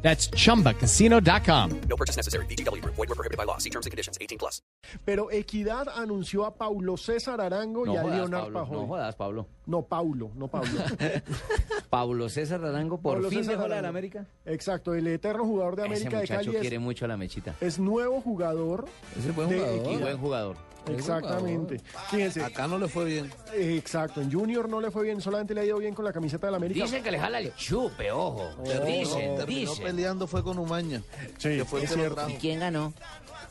That's chumbacasino.com. No purchase necessary. BGW. Void were prohibited by law. See terms and conditions. 18 plus. Pero Equidad anunció a Paulo César Arango No y a jodas, Leonard Pablo, Pajoy. no No, jodas, Pablo. Paulo, no Pablo. Pablo César Arango por Pablo fin César dejó la de Arango. América. Exacto, el eterno jugador de Ese América de muchacho Cali es, quiere mucho a la mechita. es nuevo jugador. Ese buen de jugador. Y Equidad. buen jugador. Exactamente. Fíjense, Acá no le fue bien. eh, exacto, en Junior no le fue bien, solamente le ha ido bien con la camiseta del América. Dicen que le jala el chupe, ojo. dicen, Terminó dicen. peleando fue con Umaña. Sí, que fue el es que lo cierto. trajo. ¿Quién ganó?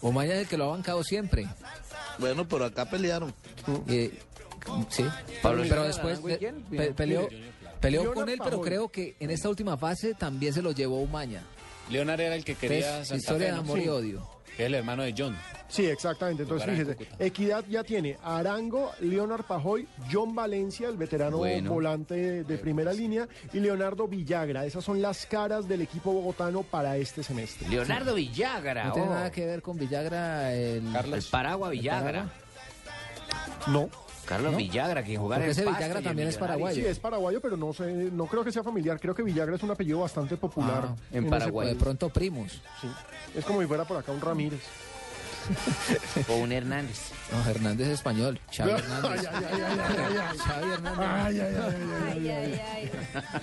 Omaña es el que lo ha bancado siempre. Bueno, pero acá pelearon. Eh, sí, Pablo pero César después Arango, ¿y quién? pe- pe- peleó, peleó con él, pero Pajoy. creo que en esta última fase también se lo llevó Umaña. Leonard era el que quería Entonces, Santa historia Fe, de ¿no? amor y odio. que es el hermano de John. Sí, exactamente. Entonces, Cucarán, fíjese, Equidad ya tiene a Arango, Leonard Pajoy, John Valencia, el veterano Bueno. volante de, de primera línea, y Leonardo Villagra. Esas son las caras del equipo bogotano para este semestre. Leonardo Villagra. No tiene ojo. nada que ver con Villagra el... El Pues, Paragua Villagra. No. Carlos Villagra, que jugara Porque en ese Pasto Villagra y en también es Millonarios. paraguayo. Sí, es paraguayo, pero no sé, no creo que sea familiar. Creo que Villagra es un apellido bastante popular. Ah, en ese O Paraguay. de país. pronto primos. Sí. Es como si fuera por acá un Ramírez. O un Hernández. No, Hernández es español. Xavi Hernández. Ay, ay, ay, ay, ay, ay. Xavi Hernández. Ay, ay, ay, ay, ay, ay. ay, ay, ay.